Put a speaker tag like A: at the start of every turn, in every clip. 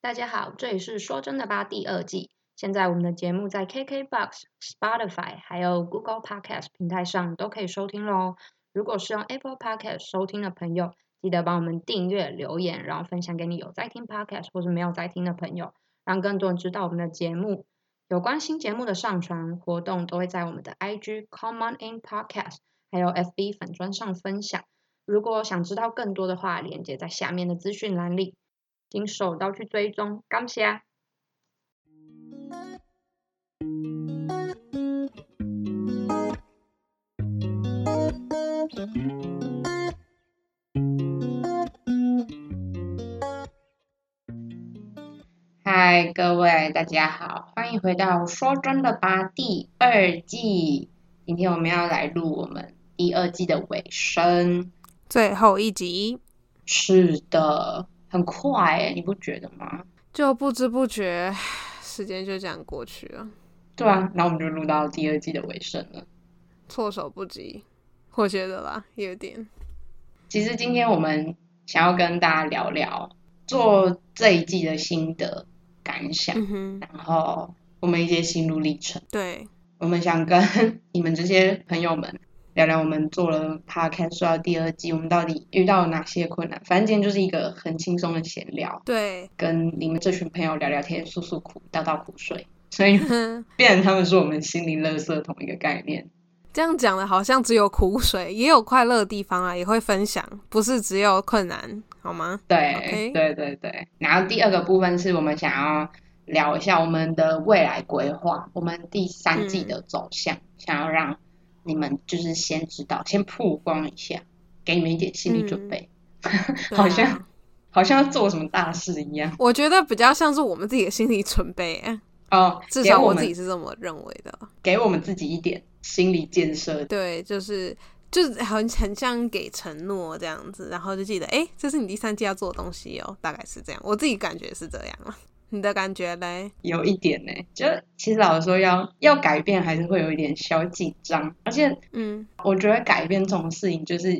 A: 大家好，这里是说真的吧第二季。现在我们的节目在 KKBox、Spotify 还有 Google Podcast 平台上都可以收听喽。如果是用 Apple Podcast 收听的朋友，记得帮我们订阅、留言，然后分享给你有在听 Podcast 或是没有在听的朋友，让更多人知道我们的节目。有关新节目的上传活动，都会在我们的 IG Common In Podcast 还有 FB 粉砖上分享。如果想知道更多的话，连接在下面的资讯栏里，请手刀去追踪。感谢。嗨，各位大家好，欢迎回到《说真的吧》第二季。今天我们要来录我们第二季的尾声。
B: 最后一集，
A: 是的，很快欸，你不觉得吗？
B: 就不知不觉时间就这样过去了，
A: 对啊，然后我们就录到第二季的尾声了。
B: 措手不及，我觉得啦，有点。
A: 其实今天我们想要跟大家聊聊做这一季的心得感想，
B: 嗯哼，
A: 然后我们一些心路历程。
B: 对，
A: 我们想跟你们这些朋友们聊聊，我们做了 podcast 做到第二季，我们到底遇到了哪些困难？反正今天就是一个很轻松的闲聊，
B: 对，
A: 跟你们这群朋友聊聊天，诉诉苦，倒倒苦水。所以
B: 哼，
A: 变成他们说我们心灵垃圾同一个概念。
B: 这样讲的好像只有苦水，也有快乐的地方啊，也会分享，不是只有困难，好吗？
A: 对
B: OK
A: 对对对。然后第二个部分是我们想要聊一下我们的未来规划，我们第三季的走向，想要让你们就是先知道，先曝光一下，给你们一点心理准备，
B: 对啊
A: 好像好像要做什么大事一样。
B: 我觉得比较像是我们自己的心理准备欸，
A: 哦，
B: 至
A: 给
B: 少
A: 我
B: 我
A: 们
B: 自己是这么认为的。
A: 给我们自己一点心理建设。
B: 对，就是就是很很像给承诺这样子，然后就记得，哎，这是你第三季要做的东西哦，大概是这样。我自己感觉是这样了，你的感觉嘞？
A: 有一点呢、就其实老实说要要改变，还是会有一点小紧张，而且
B: 嗯，
A: 我觉得改变这种事情，就是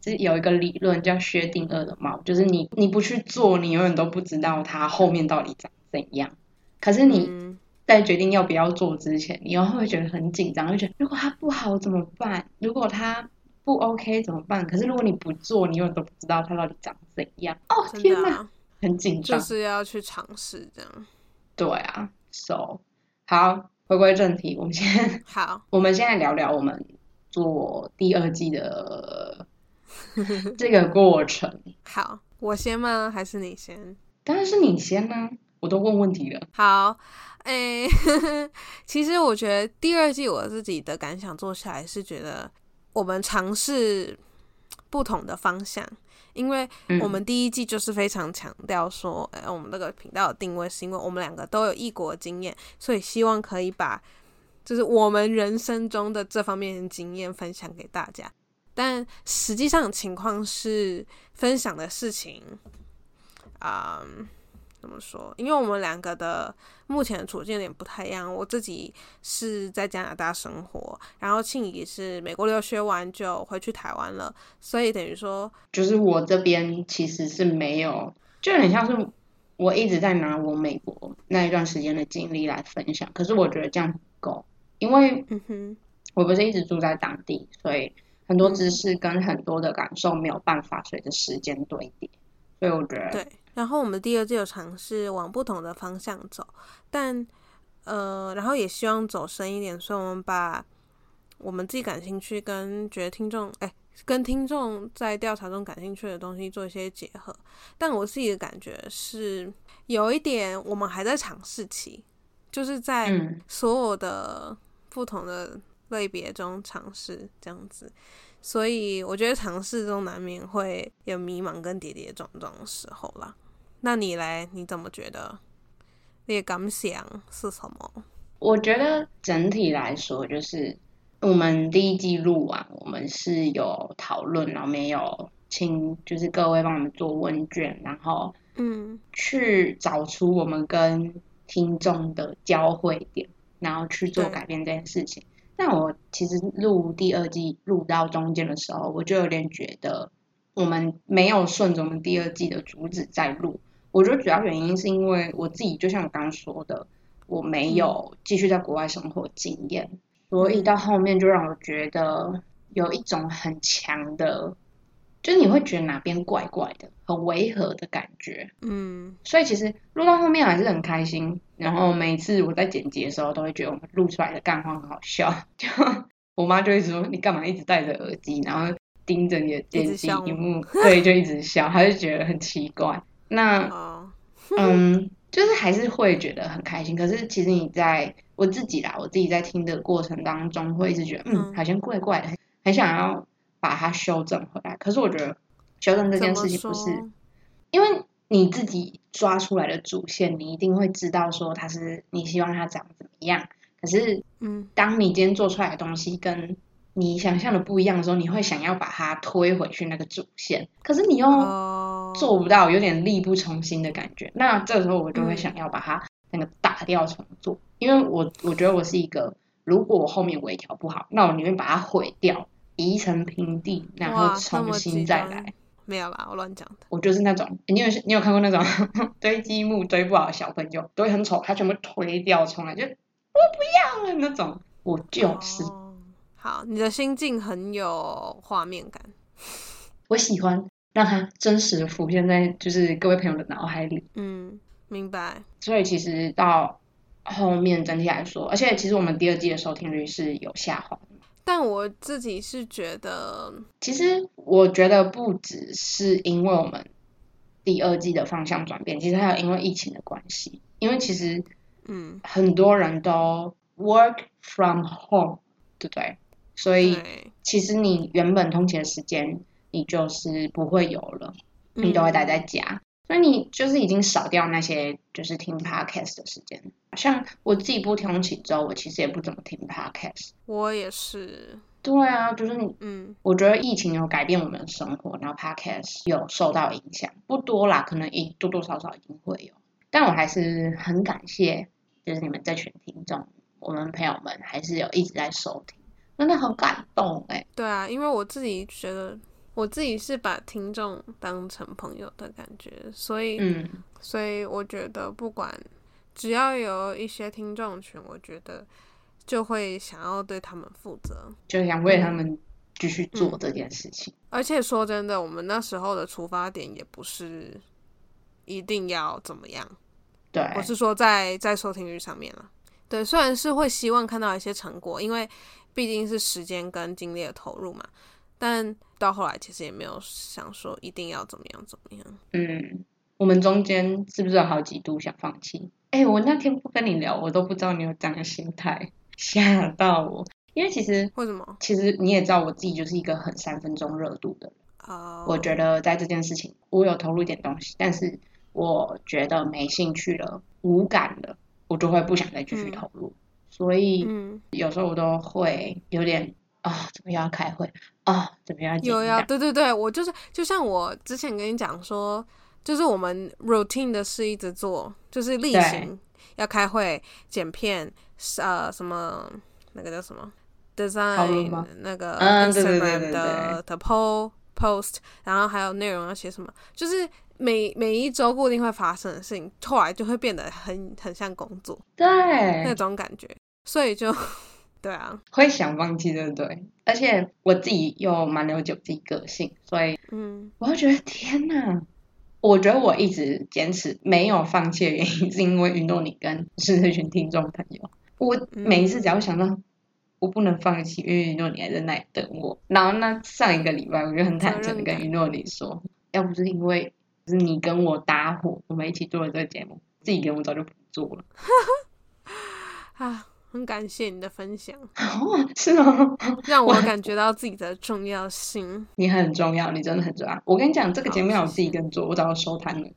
A: 就是有一个理论叫薛定谔的猫，就是你你不去做，你永远都不知道它后面到底长怎样。可是你
B: 嗯
A: 在决定要不要做之前，你又会觉得很紧张，会觉得如果它不好怎么办？如果它不 OK 怎么办？可是如果你不做，你永远都不知道它到底长怎样。哦，
B: 真
A: 天
B: 的、
A: 哪，
B: 啊、
A: 很紧张。
B: 就是要去尝试这样。
A: 对啊，so 好，回归正题，我们先
B: 好，
A: 我们现在聊聊我们做第二季的这个过程。
B: 好，我先吗？还是你先？
A: 当然是你先啦、我都问问题了。
B: 好，哎、 其实我觉得第二季我自己的感想做下来是觉得我们尝试不同的方向，因为
A: 嗯
B: 我们第一季就是非常强调说，呃，我们这个频道的定位是因为我们两个都有异国经验，所以希望可以把就是我们人生中的这方面的经验分享给大家。但实际上情况是，分享的事情，啊、怎么说？因为我们两个的目前的处境有点不太一样。我自己是在加拿大生活，然后庆怡是美国留学完就回去台湾了，所以等于说，
A: 就是我这边其实是没有，就很像是我一直在拿我美国那一段时间的经历来分享，可是我觉得这样不够，因为
B: 嗯哼，
A: 我不是一直住在当地，所以很多知识跟很多的感受没有办法随着时间堆叠，所以我觉得
B: 对。然后我们第二季有尝试往不同的方向走，但呃，然后也希望走深一点，所以我们把我们自己感兴趣跟觉得听众哎。跟听众在调查中感兴趣的东西做一些结合，但我自己的感觉是有一点，我们还在尝试期，就是在
A: 嗯
B: 所有的不同的类别中尝试这样子，所以我觉得尝试中难免会有迷茫跟跌跌撞撞的时候啦。那你嘞，你怎么觉得？你的感想是什么？
A: 我觉得整体来说，就是我们第一季录完，我们是有讨论，然后没有请就是各位帮我们做问卷，然后
B: 嗯
A: 去找出我们跟听众的交汇点，然后去做
B: 对
A: 改变这件事情。但我其实录第二季录到中间的时候，我就有点觉得我们没有顺着我们第二季的主旨在录，我觉得主要原因是因为我自己，就像我刚刚说的，我没有继续在国外生活经验，所以到后面就让我觉得有一种很强的，就是你会觉得哪边怪怪的，很违和的感觉。
B: 嗯，
A: 所以其实录到后面还是很开心，然后每次我在剪辑的时候，都会觉得我们录出来的干话很好笑。就我妈就会说：“你干嘛一直戴着耳机，然后盯着你的
B: 一
A: 电
B: 直
A: 视
B: 笑吗
A: 荧幕？”对，就一直笑，她就觉得很奇怪。 那
B: 哦，
A: 嗯，就是还是会觉得很开心。可是其实你在我自己啦，我自己在听的过程当中，会一直觉得嗯，
B: 嗯
A: 好像怪怪的，很想要把它修正回来。可是我觉得修正这
B: 怎
A: 件
B: 么
A: 事情不是
B: 说？
A: 因为你自己抓出来的主线，你一定会知道说它是你希望它长怎么样。可是
B: 嗯
A: 当你今天做出来的东西跟你想象的不一样的时候，你会想要把它推回去那个主线，可是你又
B: 哦，
A: 嗯做不到，有点力不从心的感觉。那这个时候我就会
B: 嗯
A: 想要把它那个打掉重做，因为我我觉得我是一个，如果我后面微调不好，那我宁愿把它毁掉，夷成平地，然后
B: 哇那
A: 重
B: 么
A: 新
B: 极
A: 再
B: 端
A: 来。
B: 没有啦，我乱讲的。
A: 我就是那种，你有你有看过那种 堆积木堆不好的小朋友，堆很丑，他全部推掉重来，就我不要了那种。我就是
B: 哦好，你的心境很有画面感。
A: 我喜欢让它真实的浮现在就是各位朋友的脑海里。
B: 嗯，明白。
A: 所以其实到后面整体来说，而且其实我们第二季的收听率是有下滑的。
B: 但我自己是觉得，
A: 其实我觉得不只是因为我们第二季的方向转变，其实还有因为疫情的关系，因为其实
B: 嗯，
A: 很多人都 work from home，对不对？所以
B: 对，
A: 其实你原本通勤的时间，你就是不会有了。你都会待在
B: 嗯
A: 家，所以你就是已经少掉那些就是听 podcast 的时间。像我自己不通勤之后，我其实也不怎么听 podcast。
B: 我也是，
A: 对啊，就是你，
B: 嗯
A: 我觉得疫情有改变我们的生活，然后 podcast 有受到影响，不多啦，可能一多多少少一定会有。但我还是很感谢，就是你们这群听众，我们朋友们还是有一直在收听，真的很感动哎、
B: 对啊，因为我自己觉得，我自己是把听众当成朋友的感觉，所以，
A: 嗯，
B: 所以我觉得不管只要有一些听众群，我觉得就会想要对他们负责。
A: 就想为他们继续
B: 嗯
A: 做这件事情。
B: 而且说真的，我们那时候的出发点也不是一定要怎么样，
A: 对，
B: 我是说在在收听率上面了。对，虽然是会希望看到一些成果，因为毕竟是时间跟精力的投入嘛，但到后来其实也没有想说一定要怎么样怎么样。
A: 嗯，我们中间是不是有好几度想放弃？哎，我那天不跟你聊，我都不知道你有这样的心态，吓到我。因为其实
B: 为什么？
A: 其实你也知道，我自己就是一个很三分钟热度的人。
B: 哦、
A: 我觉得在这件事情，我有投入一点东西，但是我觉得没兴趣了、无感了，我就会不想再继续
B: 嗯
A: 投入。所以
B: 嗯，
A: 有时候我都会有点啊、怎么又要开会啊、怎么又要剪
B: 有
A: 音
B: 呀，
A: 档
B: 对对对，我就是就像我之前跟你讲说，就是我们 routine 的事一直做，就是例
A: 对
B: 行要开会、剪片，呃，什么那个叫什么
A: 讨论吗
B: design 那个
A: 嗯对对对对
B: Instagram 的的 po post，然后还有内容要写什么，就是每每一周固定会发生的事情，后来就会变得很很像工作
A: 对
B: 那，种感觉，所以就 对啊，
A: 会想放弃，对不对？而且我自己又蛮了解我自己个性，所以
B: 嗯
A: 我会觉得天哪！我觉得我一直坚持没有放弃的原因，是因为云诺你跟是这群听众朋友。我每一次只要想到我不能放弃，因为云诺你还在那里等我，然后那上一个礼拜我就很坦诚的
B: 责
A: 跟
B: 任感
A: 云诺你说，要不是因为是你跟我搭伙，我们一起做了这个节目，自己节目早就不做了。
B: 啊，很感谢你的分享。
A: 哦，是吗？
B: 让我感觉到自己的重要性。
A: 你很重要，你真的很重要。我跟你讲，这个节目
B: 好
A: 要我自己
B: 谢谢
A: 跟做，我早就收摊了。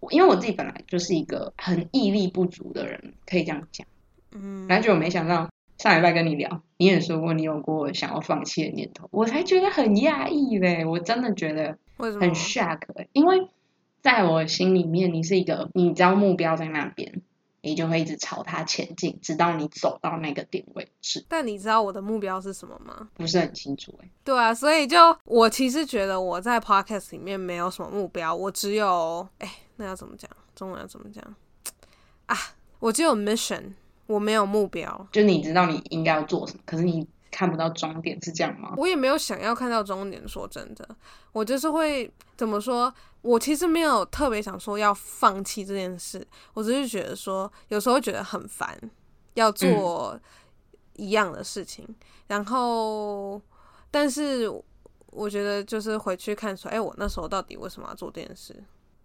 A: 我因为我自己本来就是一个很毅力不足的人，可以这样讲。
B: 嗯，
A: 然后结果没想到上礼拜跟你聊，你也说过你有过想要放弃的念头，我才觉得很压抑嘞。我真的觉得
B: 为什么
A: 很？shock，欸因为在我心里面，你是一个，你知道目标在那边，你就会一直朝它前进，直到你走到那个点为止。
B: 但你知道我的目标是什么吗？
A: 不是很清楚哎、
B: 对啊，所以就我其实觉得我在 podcast 里面没有什么目标，我只有哎，那要怎么讲？中文要怎么讲？啊，我只有 mission，我没有目标，
A: 就你知道你应该要做什么，可是你看不到终点，是这样吗？
B: 我也没有想要看到终点。说真的，我就是会怎么说？我其实没有特别想说要放弃这件事，我只是觉得说有时候觉得很烦，要做一样的事情，然后但是我觉得就是回去看说，哎、我那时候到底为什么要做这件事？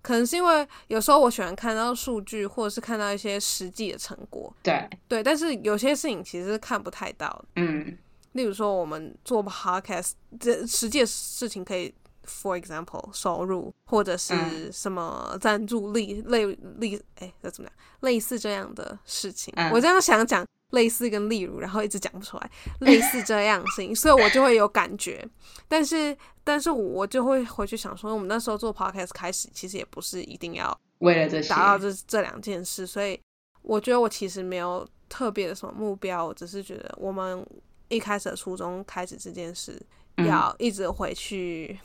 B: 可能是因为有时候我喜欢看到数据，或者是看到一些实际的成果，
A: 对，
B: 对。但是有些事情其实是看不太到的，
A: 嗯，
B: 例如说我们做 podcast，这实际的事情可以，for example 收入或者是
A: 嗯
B: 什么赞助力类力，哎，这怎么讲？类似这样的事情，
A: 嗯
B: 我这样想讲类似跟例如，然后一直讲不出来，类似这样的事 情，所以我就会有感觉。但是，但是我就会回去想说，我们那时候做 podcast 开始，其实也不是一定要
A: 为了这些，
B: 达到这这两件事，所以我觉得我其实没有特别的什么目标，我只是觉得我们一开始的初衷开始这件事，
A: 嗯
B: 要一直回去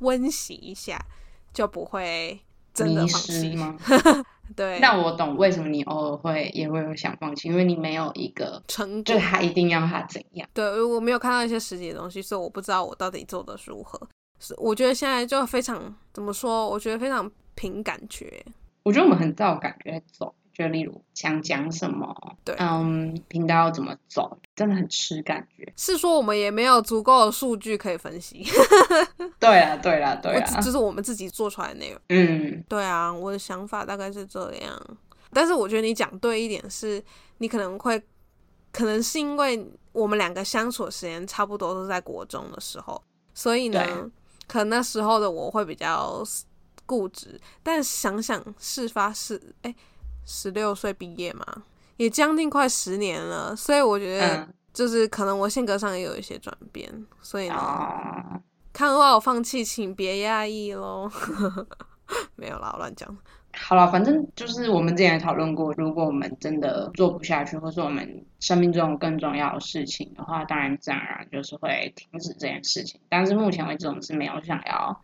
B: 温习一下，就不会真的
A: 迷
B: 放
A: 失
B: 弃。
A: 吗？
B: 对，
A: 那我懂为什么你偶尔会也会有想放弃，因为你没有一个，
B: 成
A: 就
B: 果
A: 是他一定要他怎样，
B: 对，我没有看到一些实际的东西，所以我不知道我到底做的如何。是我觉得现在就非常怎么说？我觉得非常凭感觉。
A: 我觉得我们很照感觉在走，就例如想讲什么，
B: 对
A: 嗯，频道要怎么走，真的很吃感觉。
B: 是说我们也没有足够的数据可以分析，
A: 对啊，对啊，对
B: 我
A: 啊
B: 只，就是我们自己做出来的内容。
A: 嗯，
B: 对啊，我的想法大概是这样。但是我觉得你讲对一点是，你可能会，可能是因为我们两个相处的时间差不多都是在国中的时候，所以呢
A: 对，
B: 可能那时候的我会比较固执。但想想事发是，哎，十六岁毕业嘛，也将近快十年了，所以我觉得
A: 嗯，
B: 就是可能我性格上也有一些转变，所以呢，
A: 哦，
B: 看到我放弃，请别压抑喽。 没有啦，我乱讲。
A: 好了，反正就是我们之前也讨论过，如果我们真的做不下去，或是我们生命中有更重要的事情的话，当然自然而然就是会停止这件事情。但是目前为止，我们是没有想要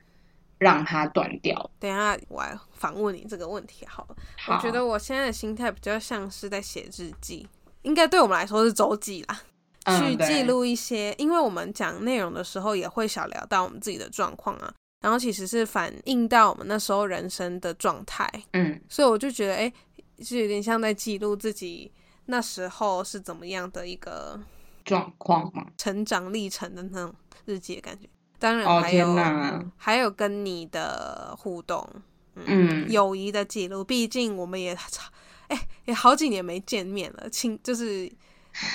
A: 让它断掉。
B: 等一下我来反问你这个问题好了。
A: 好
B: 我觉得我现在的心态比较像是在写日记，应该对我们来说是周记啦，
A: 嗯
B: 去
A: 对
B: 记录一些，因为我们讲内容的时候也会小聊到我们自己的状况啊，然后其实是反映到我们那时候人生的状态，
A: 嗯
B: 所以我就觉得，哎、是有点像在记录自己那时候是怎么样的一个
A: 状况嘛。
B: 成长历程的那种日记的感觉。当然
A: 哦
B: 还有、
A: 天哪，
B: 还有跟你的互动，
A: 嗯，
B: 友谊的记录。毕竟我们也差，哎、也好几年没见面了，亲就是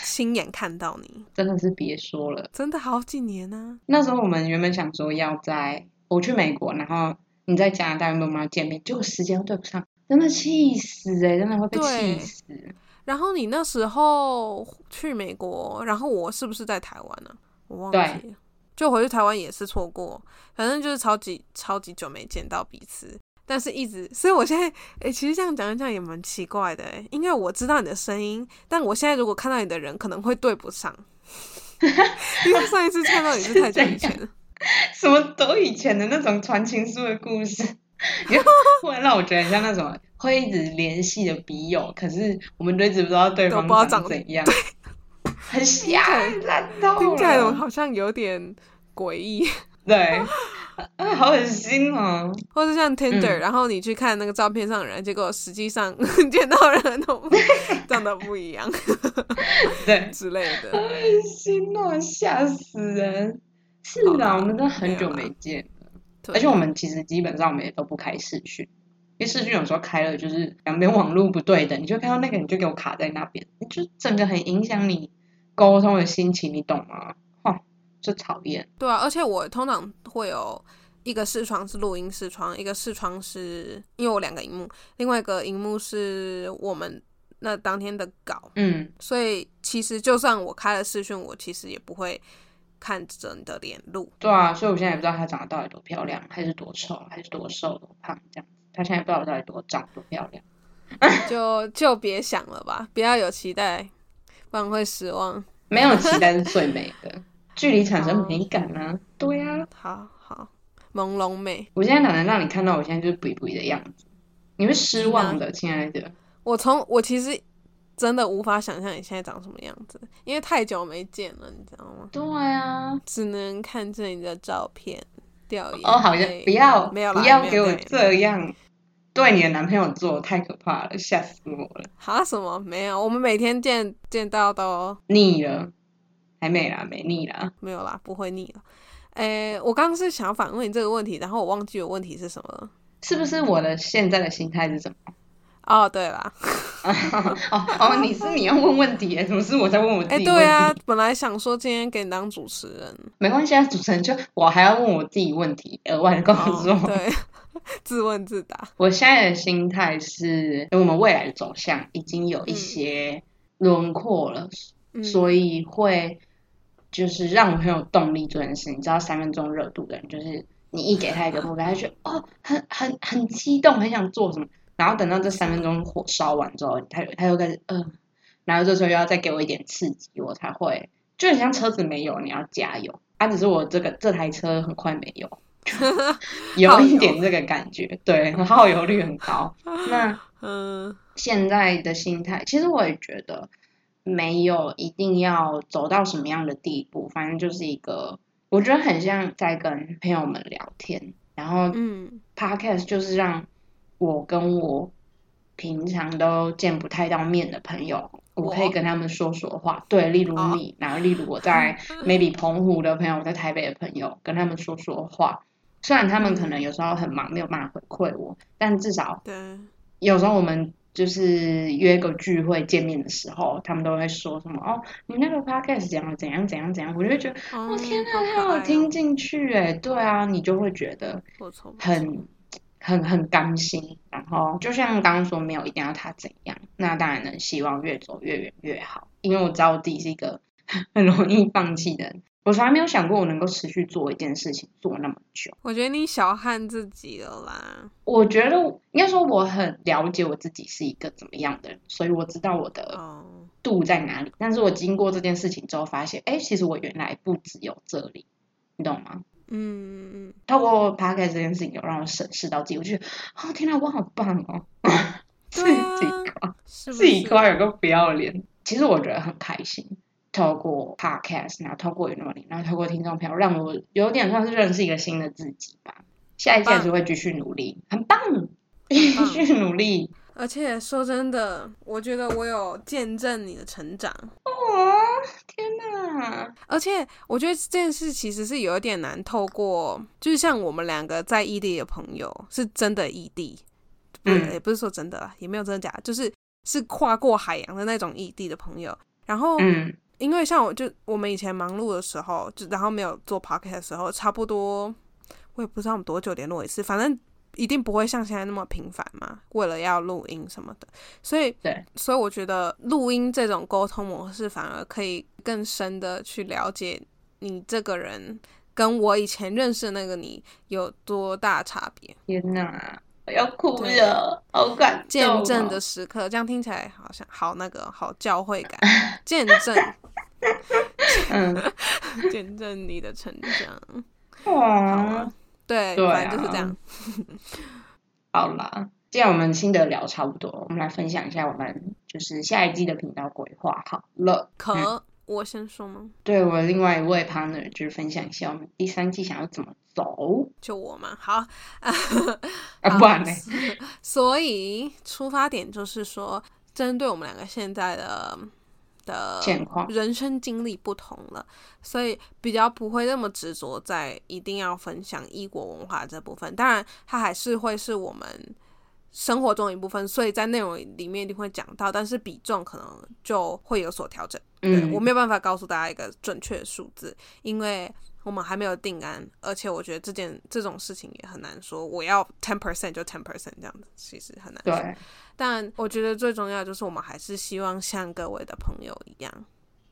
B: 亲眼看到你，
A: 真的是别说了。
B: 真的好几年啊呢、
A: 那时候我们原本想说要在我去美国，然后你在加拿大跟妈妈见面，结果时间都对不上，真的气死哎、真的会被
B: 对
A: 气死。
B: 然后你那时候去美国，然后我是不是在台湾呢、啊我忘记了，就回去台湾也是错过，反正就是超级超级久没见到彼此。但是一直，所以我现在，哎、其实这样讲一讲也蛮奇怪的、诶因为我知道你的声音，但我现在如果看到你的人，可能会对不上，因为上一次看到你是太久以前了。
A: 什么都以前的那种传情书的故 事，你看忽然让我觉得很像那种会一直联系的笔友，可是我们都一直不知道对
B: 都
A: 方
B: 不知道
A: 长
B: 长
A: 怎样，很瞎
B: 听，
A: 烂透
B: 听起来我
A: 了，
B: 好像有点诡异，
A: 对，啊，好恶心哦，
B: 或是像 Tinder，、
A: 嗯
B: 然后你去看那个照片上的人，结果实际上 见到人都 长得不一样
A: 对，
B: 之类
A: 好
B: 的。
A: 恶心哦，吓死人。是
B: 好啦
A: 啊，我们真的很久
B: 没有
A: 没
B: 啦
A: 见，
B: 对
A: 而且我们其实基本上我们也都不开视讯，因为视讯有时候开了就是两边网络不对等，你就看到那个你就给我卡在那边，你就整个很影响你沟通的心情，你懂吗？哼，就讨厌。
B: 对啊，而且我通常会有一个视窗是录音视窗，一个视窗是因为我两个荧幕，另外一个荧幕是我们那当天的稿，
A: 嗯，
B: 所以其实就算我开了视讯，我其实也不会看着你的脸录。
A: 对啊，所以我现在也不知道她长得到底多漂亮，还是多丑，还是多瘦多胖这样子。她现在不知道我到底多长多漂亮。
B: 就就别想了吧，不要有期待，不然会失望。
A: 没有期待是最美的，距离产生美感啊。对啊，
B: 好好，朦胧美，
A: 我现在哪能让你看到我现在就是补一补的样子？啊你会失望的，亲爱的。
B: 我从我其实真的无法想象你现在长什么样子，因为太久没见了，你知道吗？
A: 对啊，
B: 只能看着你的照片掉眼泪。
A: 哦，好像不要
B: 没有啦
A: 不要
B: 没有
A: 给我
B: 掉眼
A: 这样对你的男朋友做，太可怕了，吓死我了，
B: 哈什么没有？我们每天见见到都
A: 腻了，还没啦，没腻啦，
B: 没有啦，不会腻了。诶，我刚刚是想反问你这个问题，然后我忘记我问题是什么了。
A: 是不是我的现在的心态是 怎么？
B: 哦，对啦，
A: 哦哦，你是你要问问题耶，怎么是我在问我自
B: 哎，
A: 己问题？
B: 对啊，本来想说今天给你当主持人，
A: 没关系啊，主持人就我还要问我自己问题，额外的工作。
B: 哦、对， 自问自答。
A: 我现在的心态是，我们未来的走向已经有一些轮廓了，
B: 嗯、
A: 所以会就是让我很有动力做这件事。你知道，三分钟热度的人，就是你一给他一个目标，他就觉得哦，很很很激动，很想做什么。然后等到这三分钟火烧完之后，他他又开始嗯、呃然后这时候又要再给我一点刺激，我才会就很像车子没油，你要加油。啊，只是我这个这台车很快没油，有一点这个感觉，对，耗油率很高。那
B: 嗯
A: 现在的心态，其实我也觉得没有一定要走到什么样的地步，反正就是一个，我觉得很像在跟朋友们聊天，然后
B: 嗯
A: podcast 就是让我跟我平常都见不太到面的朋友，我可以
B: 我
A: 跟他们说说话。对，例如
B: 哦
A: 你，然后例如我 在 maybe 澎湖的朋友，我在台北的朋友，跟他们说说话。虽然他们可能有时候很忙，没有办法回馈我，但至少
B: 对，
A: 有时候我们就是约个聚会见面的时候，他们都会说什么哦，你那个 podcast 讲了怎样怎样怎样，我就会觉得
B: 哦
A: 哦天
B: 好
A: 哪，
B: 可
A: 他
B: 爱
A: 有
B: 哦
A: 听进去哎，对啊，你就会觉得
B: 不错，不错
A: 很很很甘心。然后就像刚刚说，没有一定要他怎样，那当然能希望越走越远越好。因为我知道我自己是一个 很容易放弃的人，我从来没有想过我能够持续做一件事情做那么久。
B: 我觉得你小看自己了啦。
A: 我觉得应该说我很了解我自己是一个怎么样的人，所以我知道我的
B: 哦，
A: 度在哪里。但是我经过这件事情之后，发现，哎，其实我原来不只有这里，你懂吗？
B: 嗯嗯，嗯
A: 透过 podcast 这件事情，有让我审视到自己，我就觉得，哦，天哪，我好棒哦！ 自
B: 对啊
A: 己夸，
B: 是 不
A: 自己
B: 是
A: 夸有个不要脸。其实我觉得很开心，透过 podcast，然后透过云朵里，然后透过听众朋友，让我有点算是认识一个新的自己吧。下一季还是会继续努力，很棒，继
B: 棒
A: 续努力。
B: 而且说真的，我觉得我有见证你的成长，
A: 哦，天哪！
B: 而且我觉得这件事其实是有一点难透过，就是像我们两个在异地的朋友，是真的异地，不、
A: 嗯
B: 也不是说真的啦，也没有真的假的，啊就是是跨过海洋的那种异地的朋友。然后，
A: 嗯
B: 因为像我就我们以前忙碌的时候，就然后没有做 podcast 的时候，差不多我也不知道我们多久联络一次，反正一定不会像现在那么频繁嘛。为了要录音什么的，所以
A: 对，
B: 所以我觉得录音这种沟通模式反而可以更深的去了解你这个人跟我以前认识的那个你有多大差别。
A: 天哪，我要哭
B: 对
A: 了，好感动哦、
B: 见证的时刻，这样听起来好像好那个好教会感，见证
A: 嗯，
B: 见证你的成长。好
A: 哇
B: 啊。，对，
A: 嗯对
B: 反正就是这
A: 啊
B: 样。
A: 好啦，既然我们心得聊差不多，我们来分享一下我们就是下一季的频道规划好了。
B: 可、
A: 嗯
B: 我先说吗？
A: 对我另外一位 partner 就是分享一下我们第三季想要怎么走
B: 就我嘛，好，
A: 啊，不然呢？
B: 所以出发点就是说，针对我们两个现在的的
A: 现况
B: 人生经历不同了，所以比较不会那么执着在一定要分享异国文化这部分。当然，它还是会是我们生活中的一部分，所以在内容里面一定会讲到，但是比重可能就会有所调整。对
A: 嗯，
B: 我没有办法告诉大家一个准确的数字，因为我们还没有定案，而且我觉得这件这种事情也很难说，我要 ten percent 就 ten percent 这样子，其实很难说。
A: 对，
B: 但我觉得最重要的就是我们还是希望像各位的朋友一样，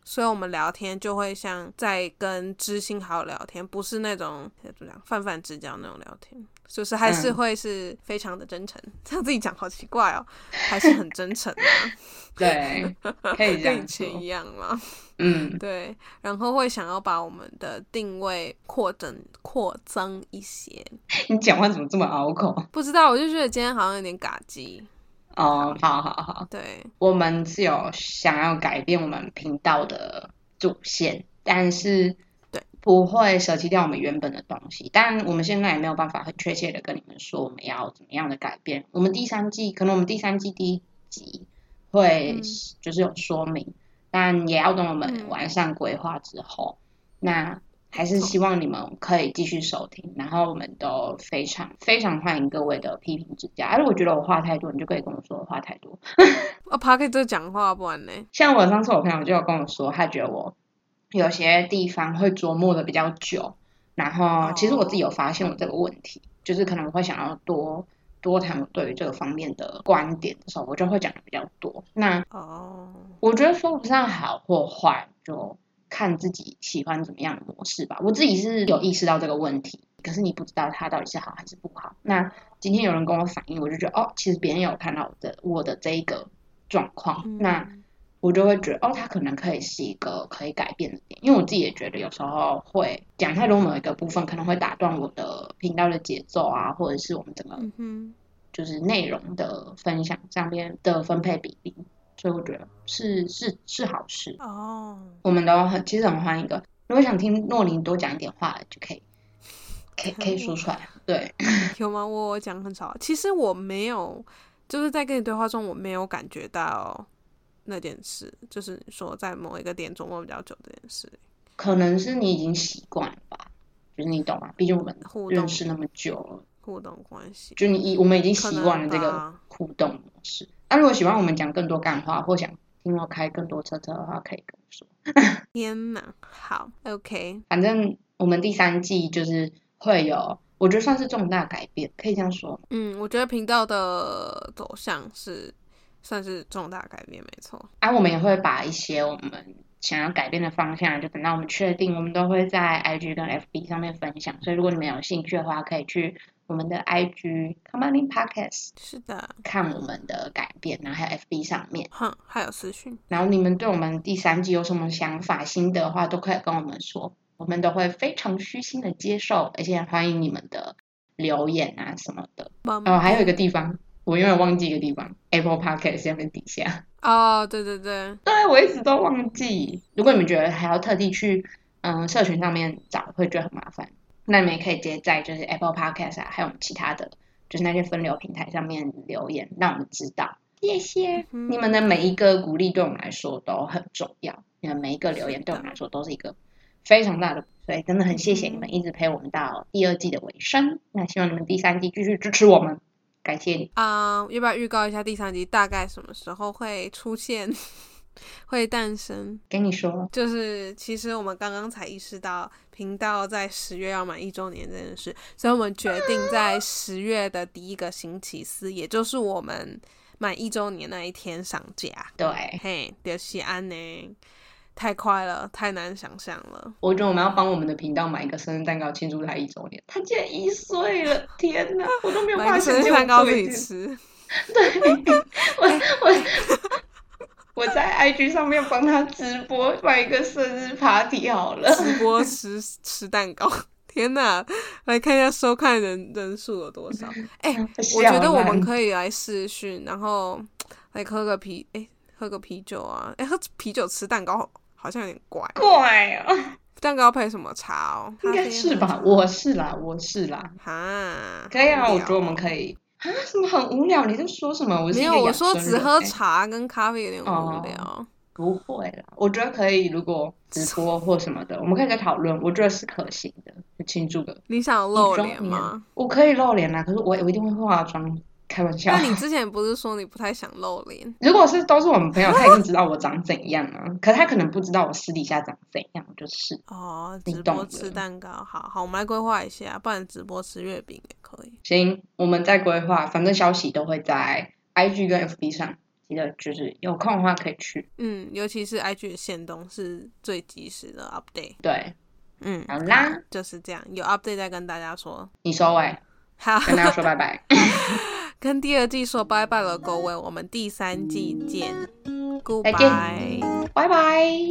B: 所以我们聊天就会像在跟知心好友聊天，不是那种怎么讲泛泛之交那种聊天，就是还是
A: 嗯
B: 会是非常的真诚。 这样自己讲好奇怪哦，还是很真诚 啊，
A: 对，可以这
B: 跟以
A: 样说
B: 前。一样嘛。
A: 嗯，
B: 对，然后会想要把我们的定位扩增扩增一些。
A: 你讲话怎么这么拗口？
B: 不知道，我就觉得今天好像有点嘎叽。
A: 哦，好好好，
B: 对，
A: 我们是有想要改变我们频道的主线，但是
B: 对
A: 不会舍弃掉我们原本的东西。但我们现在也没有办法很确切的跟你们说我们要怎么样的改变。我们第三季可能我们第三季第一集会
B: 嗯
A: 就是有说明，但也要等我们
B: 嗯
A: 完善规划之后，那。还是
B: 没错
A: 希望你们可以继续收听，然后我们都非常非常欢迎各位的批评指教。如果觉得我话太多，你就可以跟我说我话太多，
B: 哦 p a r k e 就讲话，不然呢？
A: 像我上次我朋友就有跟我说，他觉得我有些地方会琢磨的比较久，然后其实我自己有发现我这个问题，就是可能我会想要多多谈我对于这个方面的观点的时候，我就会讲的比较多。那
B: 哦，
A: 我觉得说不上好或坏，就看自己喜欢怎么样的模式吧。我自己是有意识到这个问题，可是你不知道它到底是好还是不好。那今天有人跟我反映，我就觉得哦，其实别人有看到我的我的这一个状况，
B: 嗯
A: 那。我就会觉得哦，它可能可以是一个可以改变的点，因为我自己也觉得有时候会讲太多某一个部分，可能会打断我的频道的节奏啊，或者是我们整个
B: 嗯哼，
A: 就是内容的分享上面的分配比例，所以我觉得是是是好事。
B: 哦，
A: 我们都很其实很欢迎的，如果想听诺林多讲一点话，就可以可以可以说出来。对，
B: 有吗？我我讲很少啊，其实我没有，就是在跟你对话中，我没有感觉到那件事，就是说在某一个点琢磨比较久这件事，
A: 可能是你已经习惯了吧，就是你懂吗？毕竟我们
B: 互动
A: 认识那么久了。
B: 互动关系。
A: 就你已我们已经
B: 可
A: 习
B: 能
A: 惯了这个
B: 吧
A: 互动模式。那、如果喜欢我们讲更多干话，或想听我开更多车车的话，可以跟我说。
B: 天哪，好，OK，
A: 反正我们第三季就是会有，我觉得算是重大改变，可以这样说吗。
B: 嗯，我觉得频道的走向是算是重大改变，没错。
A: 啊，我们也会把一些我们想要改变的方向，就等到我们确定，我们都会在 IG 跟 FB 上面分享。所以如果你们有兴趣的话，可以去我们的 IG Company Podcast
B: 是的，
A: 看我们的改变，然后还有 FB 上面。
B: 哼，还有私讯。
A: 然后你们对我们第三季有什么想法、心得的话，都可以跟我们说，我们都会非常虚心的接受，而且欢迎你们的留言啊什么的。
B: 帮
A: 哦，还有一个地方，我永远忘记一个地方，Apple Podcast 下面底下，
B: 哦，对对对，
A: 对我一直都忘记。如果你们觉得还要特地去嗯社群上面找，会觉得很麻烦，那你们也可以直接在就是 Apple Podcast 啊，还有我们其他的就是那些分流平台上面留言，让我们知道。谢谢。
B: 嗯
A: 你们的每一个鼓励对我们来说都很重要，你们每一个留言对我们来说都是一个非常大的鼓励，所以真的很谢谢你们一直陪我们到第二季的尾
B: 嗯
A: 声。那希望你们第三季继续支持我们，感谢你。
B: 啊、要不要预告一下第三集大概什么时候会出现， 会诞生？
A: 跟你说，
B: 就是其实我们刚刚才意识到频道在十月要满一周年这件事，所以我们决定在十月的第一个星期四，也就是我们满一周年那一天上架。
A: 对，
B: 嘿，刘西安呢？太快了，太难想象了。
A: 我觉得我们要帮我们的频道买一个生日蛋糕庆祝他一周年，他竟然一岁了，天哪，我都没有办
B: 买
A: 法
B: 个生
A: 想
B: 日
A: 象
B: 蛋糕自
A: 这一
B: 己
A: 件事
B: 吃，
A: 我我我在 IG 上面帮他直播办一个生日 party 好了。
B: 直播吃吃蛋糕。 天哪，来看一下收看人人数有 多少？哎、我觉得我们可以来试训，然后来喝个啤，哎、喝个啤酒啊，哎、喝啤酒吃蛋糕好像有点怪。
A: 怪哦，
B: 蛋糕配什么茶哦？
A: 应该是吧？我是啦，我是啦，
B: 哈，
A: 可以啊，
B: 好无
A: 我
B: 聊哦
A: 觉得我们可以啊，什么很无聊？你在说什么？我是
B: 没
A: 一
B: 有，
A: 个
B: 我
A: 养
B: 说
A: 生
B: 只
A: 人
B: 喝
A: 欸
B: 茶跟咖啡有点无
A: 哦
B: 聊。
A: 不会啦，我觉得可以，如果 直播或什么的，我们可以再讨论，我觉得是可行的，就庆祝个
B: 你想
A: 一
B: 露
A: 周年
B: 脸吗？？
A: 我可以露脸啦，可是我我一定会化妆，开玩笑
B: 那。你之前不是说你不太想露脸？
A: 如果是都是我们朋友，他一定知道我长怎样啊，可他可能不知道我私底下长怎样，就是
B: 哦，
A: 你
B: 直
A: 懂
B: 播吃
A: 的
B: 蛋糕，好好，我们来规划一下，不然直播吃月饼也可以。
A: 行，我们再规划，反正消息都会在 IG 跟 FB 上，记得就是有空的话可以去。
B: 嗯，尤其是 IG 的线动是最及时的 update。
A: 对，
B: 嗯，
A: 好啦，
B: 就是这样，有 update 再跟大家说。
A: 你收尾，
B: 好，
A: 跟大家说拜拜。
B: 跟第二季说拜拜了，各位，我们第三季见
A: 再见
B: ，Goodbye。
A: 拜拜。